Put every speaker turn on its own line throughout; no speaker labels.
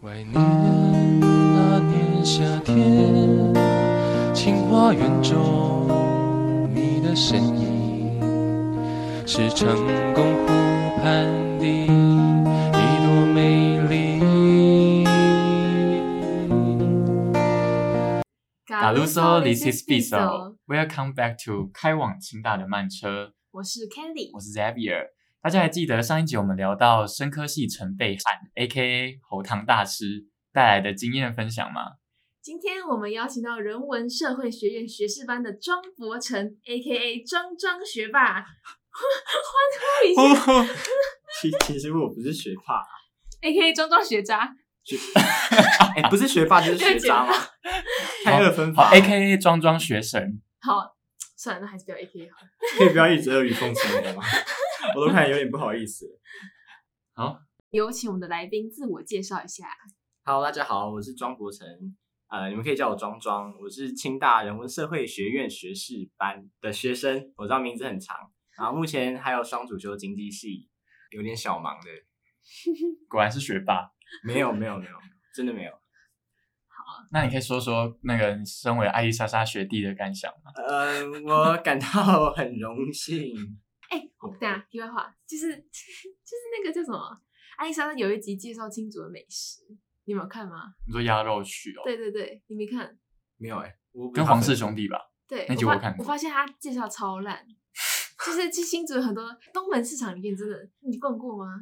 怀念那年夏天，清华园中你的身影，是成功湖畔的一朵美丽。
嘎
打鲁索 t h i s b i s o Welcome back to 开往清大的慢车，
我是 Kelly，
我是 Xavier。大家还记得上一集我们聊到生科系陈贝汉 （A.K.A. 喉糖大师）带来的经验分享 吗？
今天我们邀请到人文社会学院学士班的庄博成 （A.K.A. 庄庄学霸）， 欢呼一
哦
下
其其实我不是学霸，
，A.K.A. 庄庄学渣。
哎、不是学霸就是学渣吗？太二分
好
法
，A.K.A. 庄庄学神。
好，算了，那还是不要 A.K.A. 好了。
可以不要一直阿谀奉承我吗？ 我都快有点不好意思了。
有请我们的来宾自我介绍一下。
Hello，大家好，我是庄博成，呃，你们可以叫我庄庄，我是清大人文社会学院学士班的学生，我知道名字很长，然后目前还有双主修经济系，有点小忙的，
果然是学霸。
没有没有没有，真的没有。
那你可以说说那个你身为艾丽莎莎学弟的感想吗？
呃，我感到很荣幸。
哎、对啊，题外话，就是就是那个叫什么，艾丽莎莎有一集介绍清楚的美食，你们有看吗？
你说鸭肉去哦，
对对对，你没看。
没有哎、我不
跟黄氏兄弟吧？
对，
那集
我
我看
我
过
发现他介绍超烂，就是去新竹有很多东门市场里面真的，你逛过吗？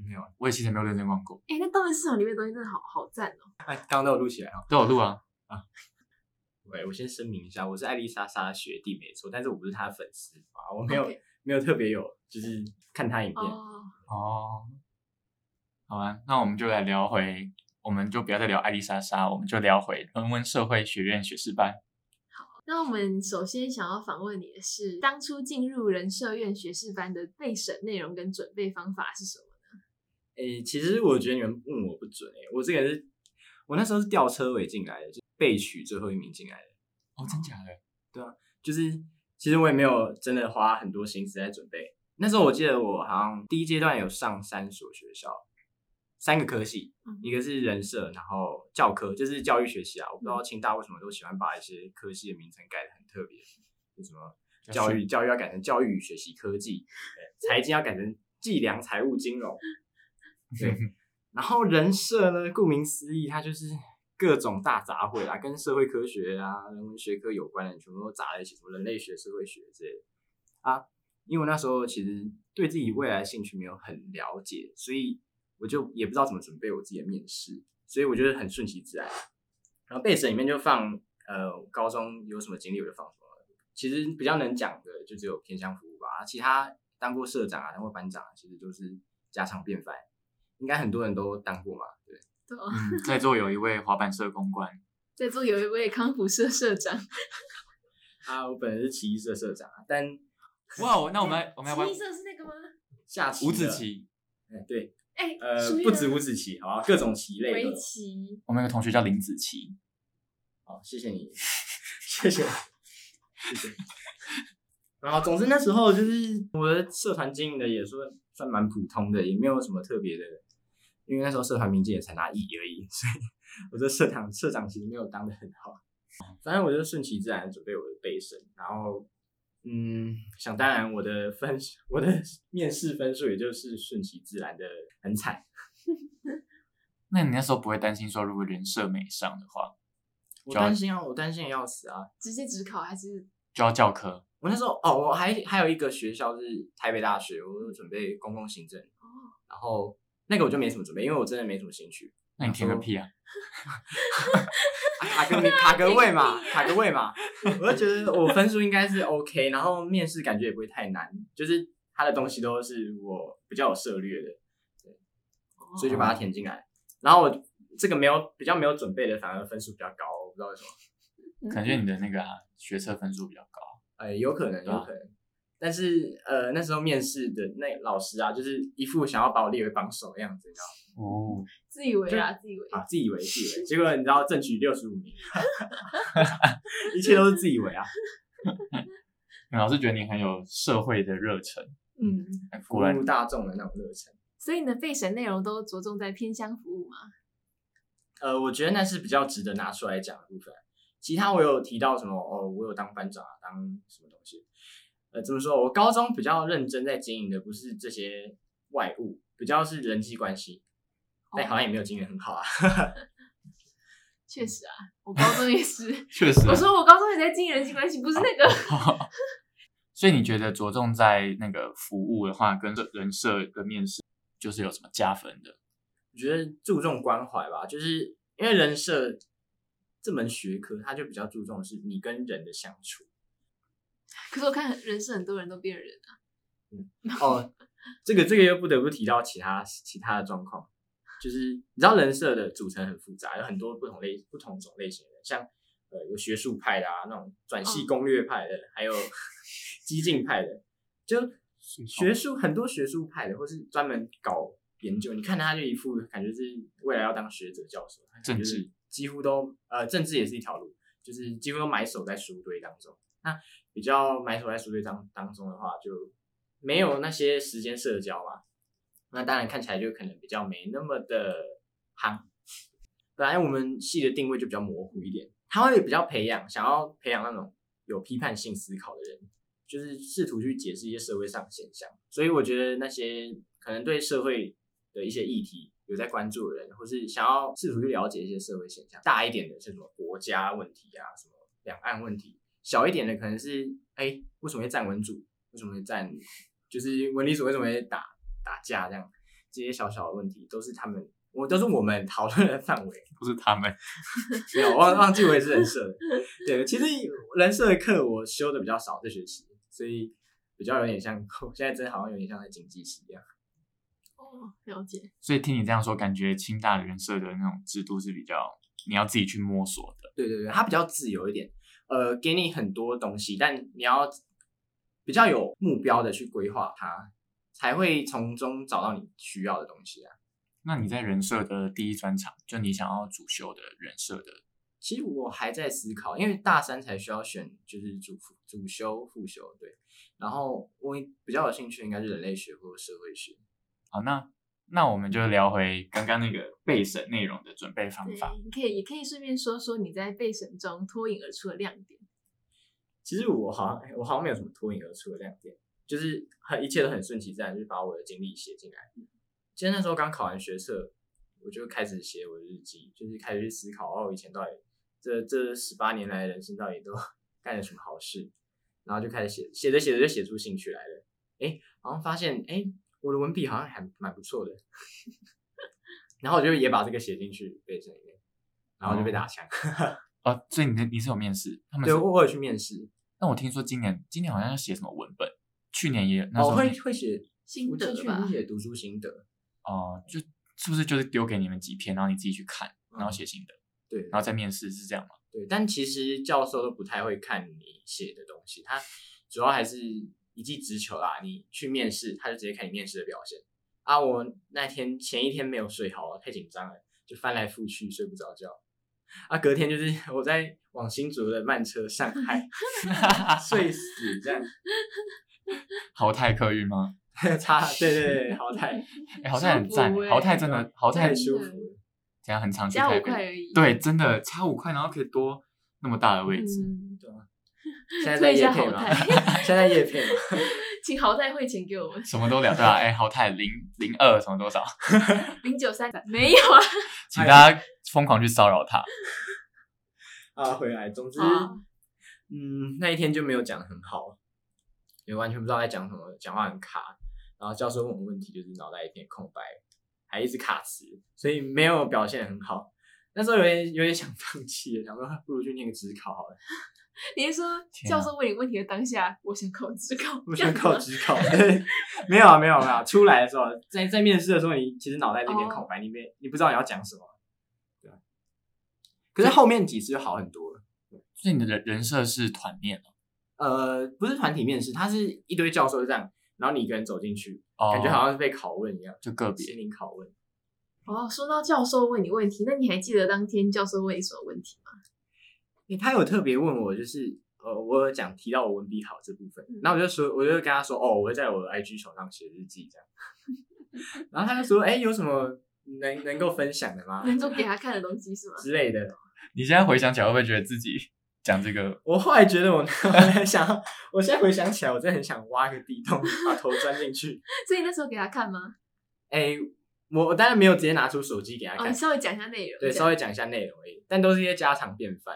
没有，
我也其实没有认真逛过，
哎、那东门市场里面的东西真的好好赞哦、
哎，刚刚都有录起来哦。
都有录啊。
喂，我先声明一下，我是艾丽莎莎的学弟没错，但是我不是她的粉丝啊，我没有
OK
没有特别有，就是看她影片。
哦，
哦，好啊，那我们就来聊回，我们就不要再聊艾丽莎莎，我们就聊回人文社会学院学士班。
那我们首先想要访问你的是，当初进入人社院学士班的备审内容跟准备方法是什么？
诶、其实我觉得你们问我不准诶、我这个人是，我那时候是吊车尾进来的，就被取最后一名进来的，
哦，真假的？
就是其实我也没有真的花很多心思在准备。那时候我记得我好像第一阶段有上三所学校，三个科系，
嗯
一个是人社，然后教科就是教育学习啊。我不知道清大为什么都喜欢把一些科系的名称改的很特别，就什么教育教育要改成教育与学习科技，对财经要改成计量财务金融，对。然后人社呢，顾名思义，它就是各种大杂烩啦，跟社会科学啊、人文学科有关的，全部都杂在一起，什么人类学、社会学之类的啊。因为我那时候其实对自己未来的兴趣没有很了解，所以我就也不知道怎么准备我自己的面试，所以我觉得很顺其自然。然后备审里面就放呃，我高中有什么经历我就放什么。其实比较能讲的就只有偏向服务吧，啊其他当过社长啊、当过班长啊，其实都是家常便饭。应该很多人都当过嘛，对。
对哦，
嗯，在座有一位滑板社公关，
在座有一位康复社社长，
啊，我本人是奇艺社社长啊，但
哇，哦那我们来我们来玩
清一社是那个吗？
下棋的
五子，棋。
哎对，
哎、
呃
属于，
不
呢
止五子棋，好吧，啊各种棋类
围
的。
棋，
我们有个同学叫林子琪，
好，哦谢谢你， 谢谢，谢谢。然后，总之那时候就是我的社团经营的也算算蛮普通的，也没有什么特别的，因为那时候社团名字也才拿一而已，所以我这社长社长其实没有当的很好。反正我就顺其自然地准备我的备审，然后嗯，想当然我的分数我的面试分数也就是顺其自然的很惨。
那你那时候不会担心说如果人社没上的话，
我
主要
担心啊，我担心的要死啊！
直接只考还是
就要教科？
我那时候哦，我还还有一个学校是台北大学，我有准备公共行政，
哦，
然后那个我就没什么准备，因为我真的没什么兴趣。
那你填个屁啊！
啊、卡个名卡个位嘛，卡个位嘛，我就觉得我分数应该是 OK，然后面试感觉也不会太难，就是他的东西都是我比较有涉略的，
哦
所以就把它填进来。然后我这个没有比较没有准备的，反而分数比较高，我不知道为什么。
感觉你的那个、啊、学测分数比较高。
呃，有可能，
对啊
有可能。但是呃，那时候面试的那老师啊，就是一副想要把我列为榜首的样子，你知道吗？
哦，
自以为啦，自以为。
啊，自以为自 以为，结果你知道争取六十五名， 一切都是自以为啊。
你老师觉得你很有社会的热忱，
嗯，
服
果然
务大众的那种热忱。
所以你的备审内容都着重在偏乡服务嘛？
呃，我觉得那是比较值得拿出来讲的部分。其他我有提到什么哦，我有当班长啊，当什么东西？呃，怎么说？我高中比较认真在经营的不是这些外物，比较是人际关系。但好像也没有经营得很好啊。
确实啊，我高中也是。
确实啊
我。说我高中也在经营人际关系，不是那个。
所以你觉得着重在那个服务的话，跟这人设跟面试就是有什么加分的？
我觉得注重关怀吧，就是因为人设这门学科，它就比较注重的是你跟人的相处。
可是我看人是很多人都变人啊，
哦，这个这个又不得不提到其他其他的状况，就是你知道人设的组成很复杂，有很多不同类不同种类型的人，像呃有学术派的啊，那种转系
嗯
攻略派的，还有激进派的，就
哦
学术很多学术派的，或是专门搞研究，你看他就一副感觉是未来要当学者教授，
政治
就是几乎都呃政治也是一条路，就是几乎都埋首在书堆当中。那比较埋首在书堆当当中的话，就没有那些时间社交嘛，那当然看起来就可能比较没那么的夯。本来我们系的定位就比较模糊一点，他会比较培养想要培养那种有批判性思考的人，就是试图去解释一些社会上的现象。所以我觉得那些可能对社会的一些议题有在关注的人，或是想要试图去了解一些社会现象，大一点的是什么国家问题啊，什么两岸问题，小一点的可能是哎、为什么会站文主，为什么会站，就是文理组为什么会打打架这样，这些小小的问题都是他们。我都是我们讨论的范围，
不是他们，
没有忘忘记我也是人社的。对，其实人社的课我修的比较少这学期，所以比较有点像， 我现在真的好像有点像在经济系一样。
哦，了解。
所以听你这样说，感觉清大的人设的那种制度是比较你要自己去摸索的。
对对对，它比较自由一点，呃，给你很多东西，但你要比较有目标的去规划它，才会从中找到你需要的东西啊。
那你在人设的第一专场，就你想要主修的人设的，
其实我还在思考，因为大三才需要选，就是主辅主修、副修对。然后我比较有兴趣应该是人类学或社会学。
好，那那我们就聊回刚刚那个备审内容的准备方法。
对，你可以也可以顺便说说你在备审中脱颖而出的亮点。
其实我好像哎我好像没有什么脱颖而出的亮点，就是很一切都很顺其自然，就是把我的经历写进来。其实那时候刚考完学测，我就开始写我的日记，就是开始去思考哦，以前到底这这十八年来的人生到底都 干了什么好事，然后就开始写，写着写着就写出兴趣来了。哎，好像发现哎，我的文笔好像还蛮不错的， 然后我就也把这个写进去备审里面，然后就被打枪。
哦，所以你的你是有面试，他们
对，
是。
我我有去面试，
但我听说今年今年好像要写什么文本，去年也那时
哦，
候
会
你
会写
心
我记得
得
去
吧
年写读书心得，
哦、就是不是就是丢给你们几篇，然后你自己去看，然
嗯
后写心得，
对，
然后再面试，是这样吗？
对，但其实教授都不太会看你写的东西，他主要还是一技之求啦。你去面试，他就直接看你面试的表现。啊，我那天前一天没有睡好，哦太紧张了，就翻来覆去睡不着觉。啊，隔天就是 我在往新竹的慢车上海 睡死，这样
豪泰客运吗？
差对对对，好 太
哎、豪泰很赞
舒服，欸
豪泰真的豪泰
太
真
舒服
的
了。
怎样很常去
嗯加
台
五块
北，
而已。
对，真的差五块，然后可以多那么大的位置，
嗯，
现在在
推一
夜
下
配
好
吗？
泰，
现在夜配吗？
请豪泰汇钱给我们
什么都聊对吧、啊？哎、豪泰零零二什么多少，
零九三没有啊？
请
哎
大家疯狂去骚扰他。
啊，回来，总之
啊，
嗯，那一天就没有讲得很好，也完全不知道在讲什么，讲话很卡。然后教授问我问题，就是脑袋一片空白，还一直卡词，所以没有表现得很好。那时候有点有点想放弃了，想说啊不如去念个职考好了，
你是说
天啊
教授问你问题的当下，我想考职考，
我想考
这样吗
职考。 没有啊，没有啊没有啊，出来的时候，在在面试的时候，你其实脑袋是一片
哦
空白，你没你不知道你要讲什么，对啊。可是后面几次就好很多了。
所以你的人人设是团面
呃，不是团体面试，它是一堆教授这样，然后你一个人走进去，
哦，
感觉好像是被拷问一样，
就个
心
别。
灵拷问。
哦，说到教授问你问题，那你还记得当天教授问你什么问题吗？
诶他有特别问我，就是呃，我有讲提到我文笔好这部分
嗯，
然后我就说，我就跟 他说，哦，我会在我的 IG 手上写日记这样。然后他就说，哎、有什么能能够分享的吗？
能够给他看的东西是吗？
之类的。
你现在回想起来，会不会觉得自己 讲这个？
我后来觉得我， 我想，我现在回想起来，我真的很想挖个地洞，把头钻进去。
所以那时候给他看 吗？
哎、我我当然没有直接拿出手机给他
哦，
看，
你稍微讲一下内容。
对，
这样
稍微讲一下内容而已，但都是一些家常便饭。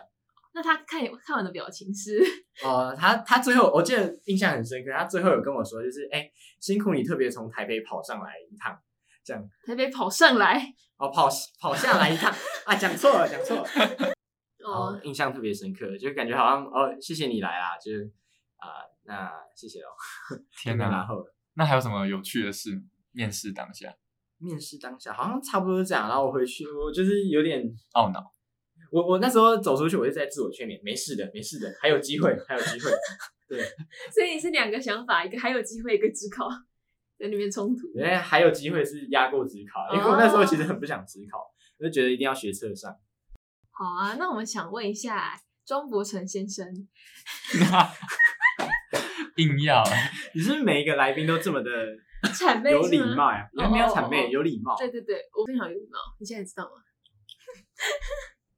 那他看看完的表情是，
哦，他他最后我记得印象很深刻，他最后有跟我说，就是哎、辛苦你特别从台北跑上来一趟，这样
台北跑上来
哦跑跑下来一趟啊，讲错了讲错了，哦
哦，，
印象特别深刻，就感觉好像哦，谢谢你来啦，就是啊、那谢谢哦，
天
哪，然
哪！
后
那还有什么有趣的事？面试当下
面试当下好像差不多是这样，然后我回去我就是有点。
懊恼，
我我那时候走出去，我就在自我劝勉，没事的，没事的，还有机会，还有机会。
所以你是两个想法，一个还有机会，一个只考在那边冲突。
因为哎还有机会是压过职考，因为我那时候其实很不想职考，我就觉得一定要学测上。
好啊，那我们想问一下庄伯成先生，
硬要。
你是不是每一个来宾都这么的
谄 媚
有
是
礼
吗
貌呀？
哦
没有谄
哦哦
媚，有礼貌。
对对对，我非常有礼貌，你现在知道吗？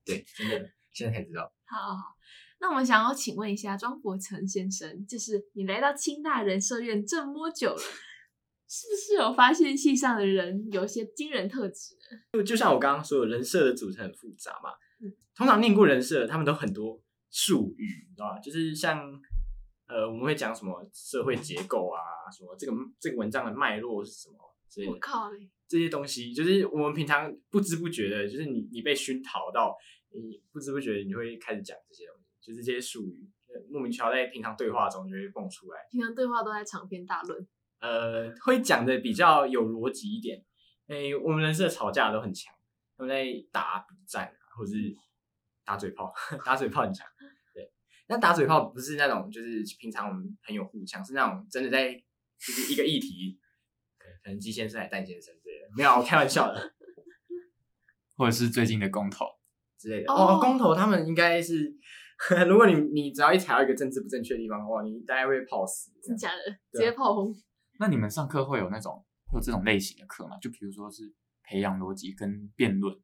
对，真的，现在才知道。
好好好，那我们想要请问一下庄伯成先生，就是你来到清大人社院这么久了，是不是有发现系上的人有一些惊人特质呢？
就像我刚刚说的，人设的组成很复杂嘛
嗯。
通常念过人设，他们都很多术语，你知道吗？就是像呃，我们会讲什么社会结构啊，什么这个这个文章的脉络是什么之类的
我。靠嘞！
这些东西，就是我们平常不知不觉的，就是你你被熏陶到，你不知不觉你会开始讲这些东西，就是这些术语，呃莫名其妙在平常对话中就会蹦出来。
平常对话都在长篇大论，
呃，会讲的比较有逻辑一点。诶、我们人设吵架都很强，他们在打比战啊，或是打嘴炮， 打嘴炮很强。对，那打嘴炮不是那种就是平常我们很有互呛，是那种真的在就是一个议题，可可能鸡先生还是蛋先生之类的，没有，啊我开玩笑的。
或者是最近的公投，
之类的。
哦
哦，公投他们应该是， 如果你你只要一踩到一个政治不正确的地方，哇，你大概会泡死。
真假的，直
对啊
接炮轰。
那你们上课会有那种会有这种类型的课吗？就比如说是培养逻辑跟辩论的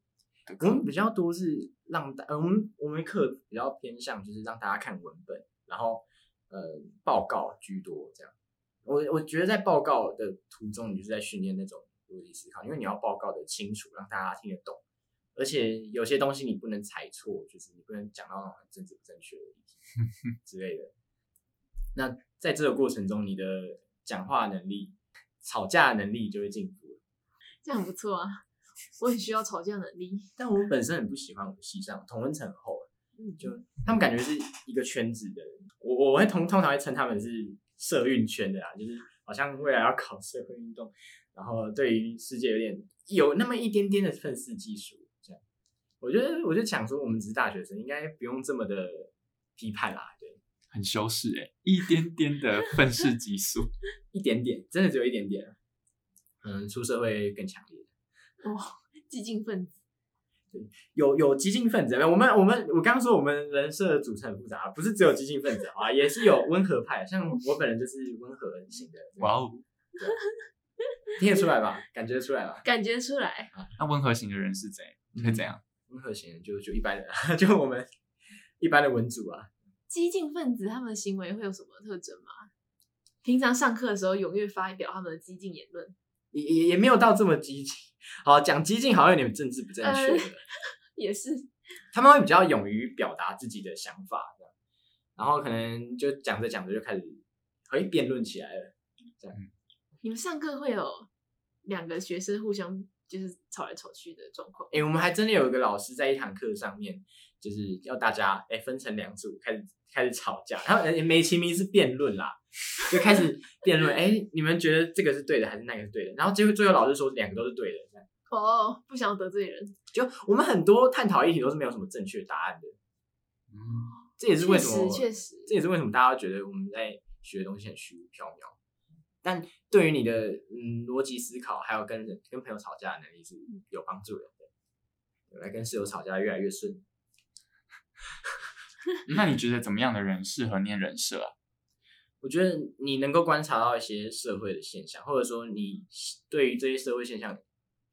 我
课，
们比较多是让大，呃我们我们课比较偏向就是让大家看文本，然后呃报告居多这样。我我觉得在报告的途中，你就是在训练那种逻辑思考，因为你要报告的清楚，让大家听得懂。而且有些东西你不能踩错，就是你不能讲到那种很政治不正确的议题之类的。那在这个过程中，你的讲话能力、吵架能力就会进步了。
这样很不错啊，我很需要吵架能力。
但我本身很不喜欢我们系上同温层很厚，啊
嗯，
就他们感觉是一个圈子的人，我我会通通常会称他们是社运圈的啦，就是好像未来要搞社会运动，然后对于世界有点有那么一点点的愤世嫉俗这样。我觉得我就想说，我们只是大学生，应该不用这么的批判啦，对，
很修饰哎、一点点的愤世嫉俗。
一点点，真的只有一点点啊。嗯，出社会更强烈。
激进分子，
有有激进分子，我们我们我刚刚说我们人设组成很复杂，不是只有激进分子啊，也是有温和派，像我本人就是温和型的。
哇哦，
听得出来吧？感觉得出来吧？
感觉出来。
那温和型的人是怎样？会怎样？
温和型的就就一般人 啊，就我们一般的文组啊，
激进分子他们的行为会有什么特征吗？平常上课的时候踊跃发表他们的激进言论，
也也也没有到这么激进。好，讲激进好像有点政治不正确的，
也是
他们会比较勇于表达自己的想法，这样，然后可能就讲着讲着就开始可以辩论起来了。
你们上课会有两个学生互相就是吵来吵去的状况。
诶、我们还真的有一个老师在一堂课上面，就是要大家诶、分成两组开始开始吵架，然后诶美其名是辩论啦，就开始辩论，诶、你们觉得这个是对的还是那个是对的？然后结果最后老师说两个都是对的，这样
哦，不想要得罪人，
就我们很多探讨议题都是没有什么正确答案的，
嗯，
这也是为
确
什么
实确实，
这也是为什么大家觉得我们在学的东西很虚无缥缈。但对于你的嗯逻辑思考，还有跟人跟朋友吵架的能力是有帮助的。对，来跟室友吵架越来越顺。
那你觉得怎么样的人适合念人设啊？
我觉得你能够观察到一些社会的现象，或者说你对于这些社会现象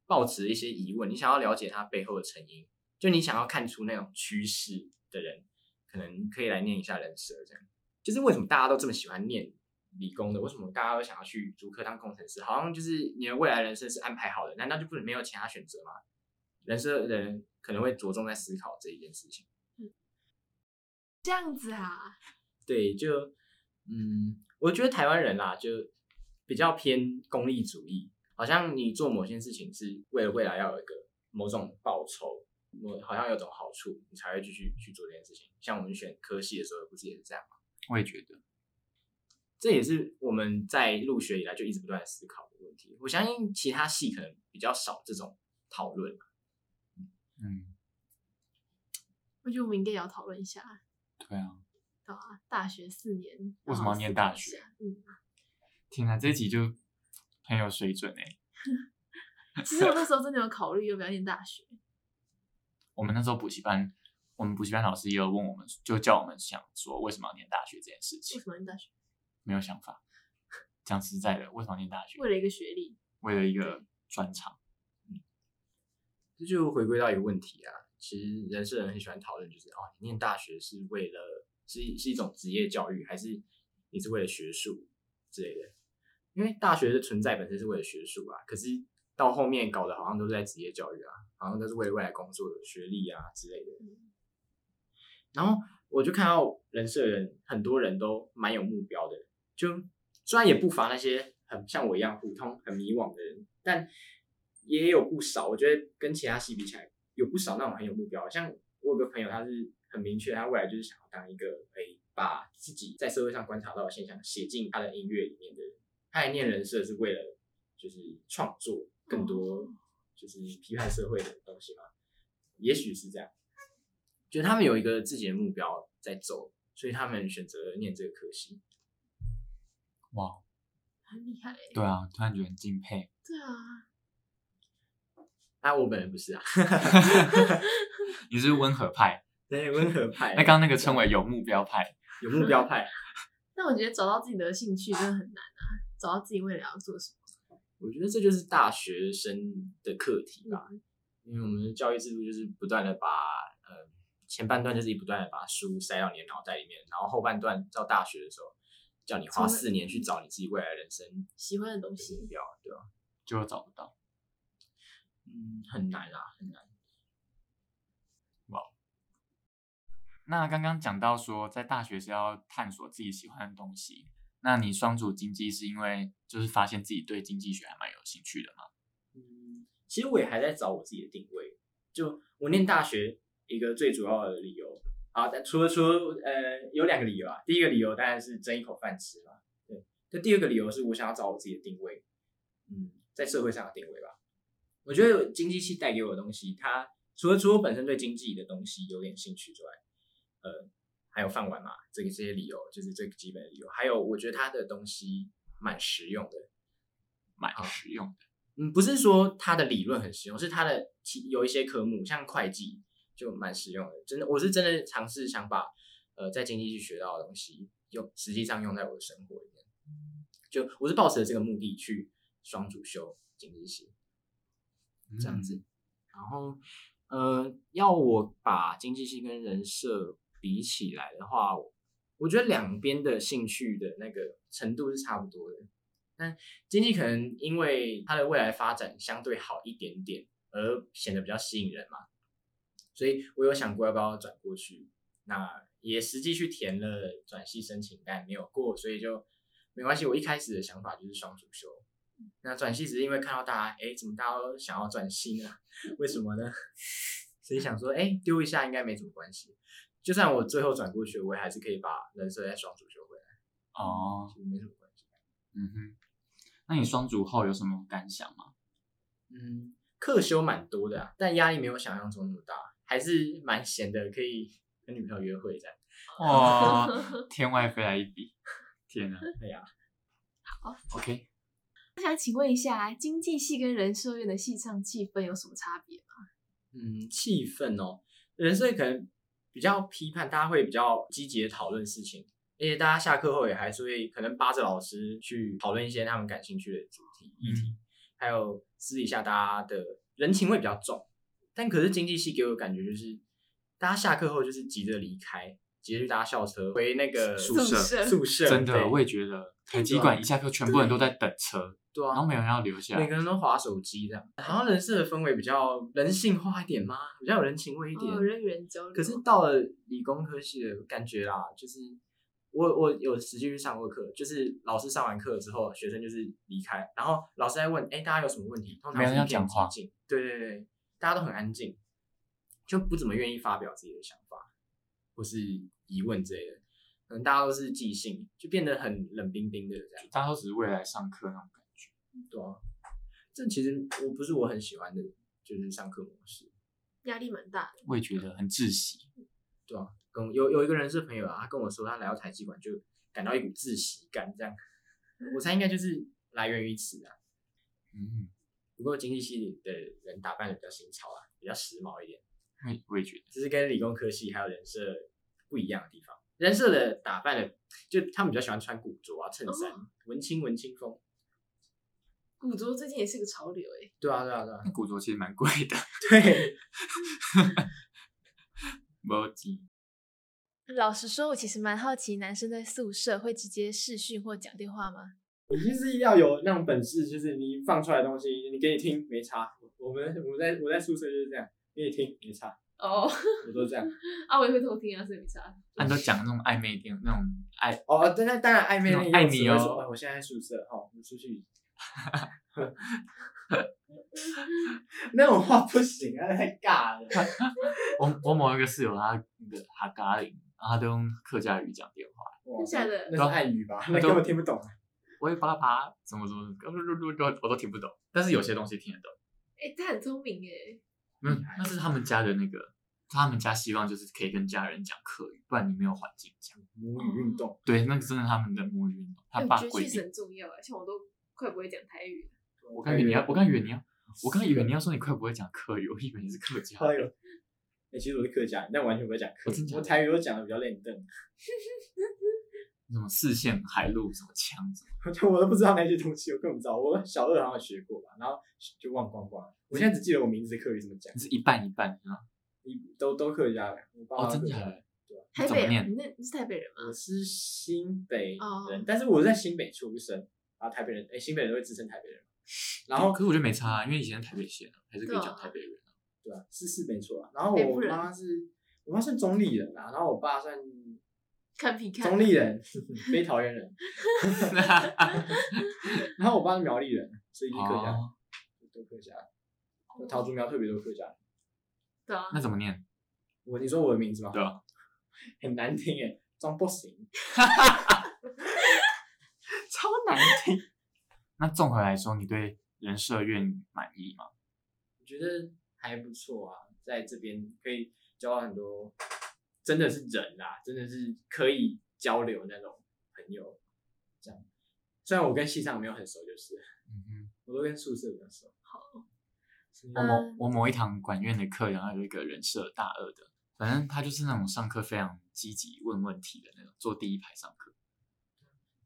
抱持一些疑问，你想要了解它背后的成因，就你想要看出那种趋势的人，可能可以来念一下人设，这样就是为什么大家都这么喜欢念理工的，为什么大家都想要去主科当工程师？好像就是你的未来人生是安排好的，难道就不能没有其他选择吗？人设的人可能会着重在思考这一件事情。
这样子啊，
对，就嗯，我觉得台湾人啦，就比较偏功利主义，好像你做某件事情是为了未来要有一个某种报酬，某好像有种好处，你才会继续去做这件事情。像我们选科系的时候，不是也是这样吗？
我也觉得，
这也是我们在入学以来就一直不断地思考的问题。我相信其他系可能比较少这种讨论。
嗯，
我觉得我们应该也要讨论一下，
对啊，
对吧、大学四年嗯
为什么要念大学？
好好思考一下
天啊，这一集就很有水准哎、
嗯，其实我那时候真的有考虑要不要念大学，
我们那时候补习班，我们补习班老师也有问我们，就叫我们想说为什么要念大学这件事
为
情，
什么念大学？
没有想法。讲实在的，为什么要念大学？
为了一个学历，
为了一个专长，
这就回归到一个问题啊，其实人是人很喜欢讨论，就是哦，你念大学是为了是一是一种职业教育，还是你是为了学术之类的？因为大学的存在本身是为了学术啊，可是到后面搞的好像都是在职业教育啊，好像都是为了未来工作的学历啊之类的。然后我就看到人设人很多人都蛮有目标的，就虽然也不乏那些很像我一样普通、很迷惘的人，但也有不少。我觉得跟其他系比起来，有不少那种很有目标。像我有个朋友，他是很明确，他未来就是想要当一个诶、把自己在社会上观察到的现象写进他的音乐里面的人。他还念人设是为了就是创作更多就是批判社会的东西嘛，也许是这样。觉得他们有一个自己的目标在走，所以他们选择念这个科系。
哇，
很厉害、欸。
对啊，突然觉得很敬佩。
对啊，
啊，我本人不是啊，
你是温和派，
对，温和派。
那刚刚那个称为有目标派，
有目标派，
但我觉得找到自己的兴趣真的很难啊，找到自己未来要做什么。
我觉得这就是大学生的课题
啊
吧，
嗯
因为我们的教育制度就是不断的把呃前半段就是不断的把书塞到你的脑袋里面，然后后半段到大学的时候，叫你花
从
四年去找你自己未来人生的
喜欢的东西
目，标，对吧、
就找不到。
嗯，很难啊，很难。
那刚刚讲到说，在大学是要探索自己喜欢的东西。那你双主经济是因为就是发现自己对经济学还蛮有兴趣的嘛？
嗯，其实我也还在找我自己的定位。就我念大学一个最主要的理由啊，但除了除了呃有两个理由啊，第一个理由当然是争一口饭吃嘛，对。那第二个理由是我想要找我自己的定位，嗯，在社会上的定位吧。我觉得经济系带给我的东西，它除了除了我本身对经济的东西有点兴趣之外，呃，还有饭碗嘛，这个这些理由就是最基本的理由。还有我觉得它的东西蛮实用的，
蛮
好
实用的。
嗯，不是说它的理论很实用，是它的其有一些科目，像会计就蛮实用的。真的，我是真的尝试想把呃在经济系学到的东西用，实际上用在我的生活里面。就我是抱持了这个目的去双主修经济系这样
嗯
子。然后，呃，要我把经济系跟人设比起来的话，我我觉得两边的兴趣的那个程度是差不多的。但经济可能因为它的未来发展相对好一点点，而显得比较吸引人嘛。所以我有想过要不要转过去，那也实际去填了转系申请，但没有过，所以就没关系。我一开始的想法就是双主修。那转系只是因为看到大家，哎、怎么大家都想要转系呢？ 为什么呢？所以想说，哎、丢一下应该没什么关系。就算我最后转过去，我也还是可以把人设再双主修回来，
嗯哦，
其实没什么关系。
嗯哼。那你双主后有什么感想吗？
嗯，课修蛮多的啊，但压力没有想象中那么大，还是蛮闲的，可以跟女朋友约会这样。
哇， 天外飞来一 笔！天啊
对呀、
，OK，
那想请问一下，经济系跟人社院的系上气氛有什么差别吗？
嗯，气氛哦，人生可能比较批判，大家会比较积极的讨论事情，而且大家
嗯
下课后也还是会可能扒着老师去讨论一些他们感兴趣的主题议题。还有私底下大家的人情味比较重。但可是经济系给我的感觉就是，大家下课后就是急着离开，急着去搭校车回那个
宿舍
宿舍
真的，
对
我也觉得台积管一下课，全部人都在等车，
对
然后
啊，
没有人要留下来
每。个人都划手机这样，好像人设的氛围比较人性化一点嘛，比较有人情味一点。
哦，人与人交流。
可是到了理工科系的感觉啦，就是我我有实际去上过课，就是老师上完课之后，学生就是离开，然后老师在问，哎、大家有什么问题？通常
没有人
是一
要
片
讲话
寂静，对对对，大家都很安静，就不怎么愿意发表自己的想法或是疑问之类的，可能大家都是即兴，就变得很冷冰冰的这样。
大家都只是为来上课那种感觉。
对啊，这其实我不是我很喜欢的，就是上课模式。
压力蛮大的，
我也觉得很窒息。
对啊，跟我有有一个人是朋友啊，他跟我说他来到台积馆就感到一股窒息感，这样，我猜应该就是来源于此啊。
嗯，
不过经济系的人打扮的比较新潮啊，比较时髦一点，
我也我也觉得，
这是跟理工科系还有人设不一样的地方。人设的打扮的，就他们比较喜欢穿古着啊、衬衫，文青文青风。
古着最近也是个潮流哎、
对啊，对啊，对啊，
那古着其实蛮贵的，
对。
没钱。
老实说，我其实蛮好奇，男生在宿舍会直接视讯或讲电话吗？
你就是要有那种本事，就是你放出来的东西，你给你听没差。我们我在我在宿舍就是这样，给你听没差，
哦，
我都这样。
啊，我也会偷听啊，所以没差。
按照讲那种暧昧电那种爱，
哦，但但当然暧昧那个
爱
用词
你
会
哦
说哎我现在在宿舍，好、哦，我们 出去。那种话不行啊，太尬了。
我我某一个室友他那个哈嘎林，然后他都用客家语讲电话，
哇
真假的
那是汉语吧？那
都
根本听不懂。啊
我也爸爸怎么怎么，我都听不懂，但是有些东西听得懂。
哎、他很聪明哎、
嗯，那是他们家的那个，他们家希望就是可以跟家人讲客语，不然你没有环境讲。
母语运动，
对，那个真的他们的母语运动，他
哎
爸
我觉得
规
确实
定。
很重要啊，像我都快不会讲台语了。
哦我刚以为你要，我刚以为你要，我刚以为你要说你快不会讲客语，我以为你是客 家
哎
人。
呦，哎，其实我是客家人，但完全不会讲客
哦真
语。
假的
我台语我讲的比较练邓，
什么四线海陆什么枪什么，
我就我都不知道那些东西，我根本不知道。我小二好像有学过吧，然后就忘光光了。我现在只记得我名字的客语怎么讲
你，是一半一半，你知道吗？
一都都客家人。我爸
哦，
妈
真
客
的假
家人。
的？
台
怎么
北人，
念
你那你是台北人吗？
我是新北人，
哦
但是我在新北出生啊，台北人，哎、新北人都会自称台北人嘛，然后
可是我觉得没差、啊，因为以前是台北县、啊，还是可以讲台 北人、啊。
对啊，是是没错啊。然后
北
我
部人
妈是，我妈算中立人啊，然后我爸算
看皮看
中立人， 非桃园人，然后我爸是苗栗人，所以一定客家，
哦
都客家，桃竹苗特别多客家。
对啊，
那怎么念？
我你说我的名字吗？
对啊，
很难听哎，张不行， 超难听。
那综合来说，你对人社院满意吗？
我觉得还不错啊，在这边可以交到很多，真的是人啊，真的是可以交流那种朋友，这样。虽然我跟系上没有很熟，就是了
嗯哼，
我都跟宿舍比较熟。
我
好，
嗯
某我某一堂管院的课，然后有一个人社大二的，反正他就是那种上课非常积极问问题的那种，坐第一排上课。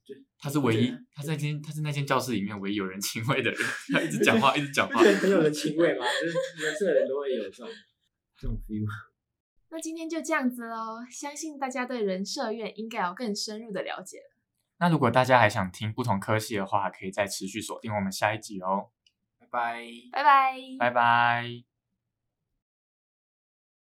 对，
他是唯
我
一
觉得，
他在间他是那间教室里面唯一有人 情味的人，他一直讲 话，一直讲
不
话
觉。得很有人情味吗？就是人社人都会有这种这种 feel。
那今天就这样子喽，相信大家对人社院应该有更深入的了解了。
那如果大家还想听不同科系的话，可以再持续锁定我们下一集哦。
拜拜。
拜拜。
拜拜。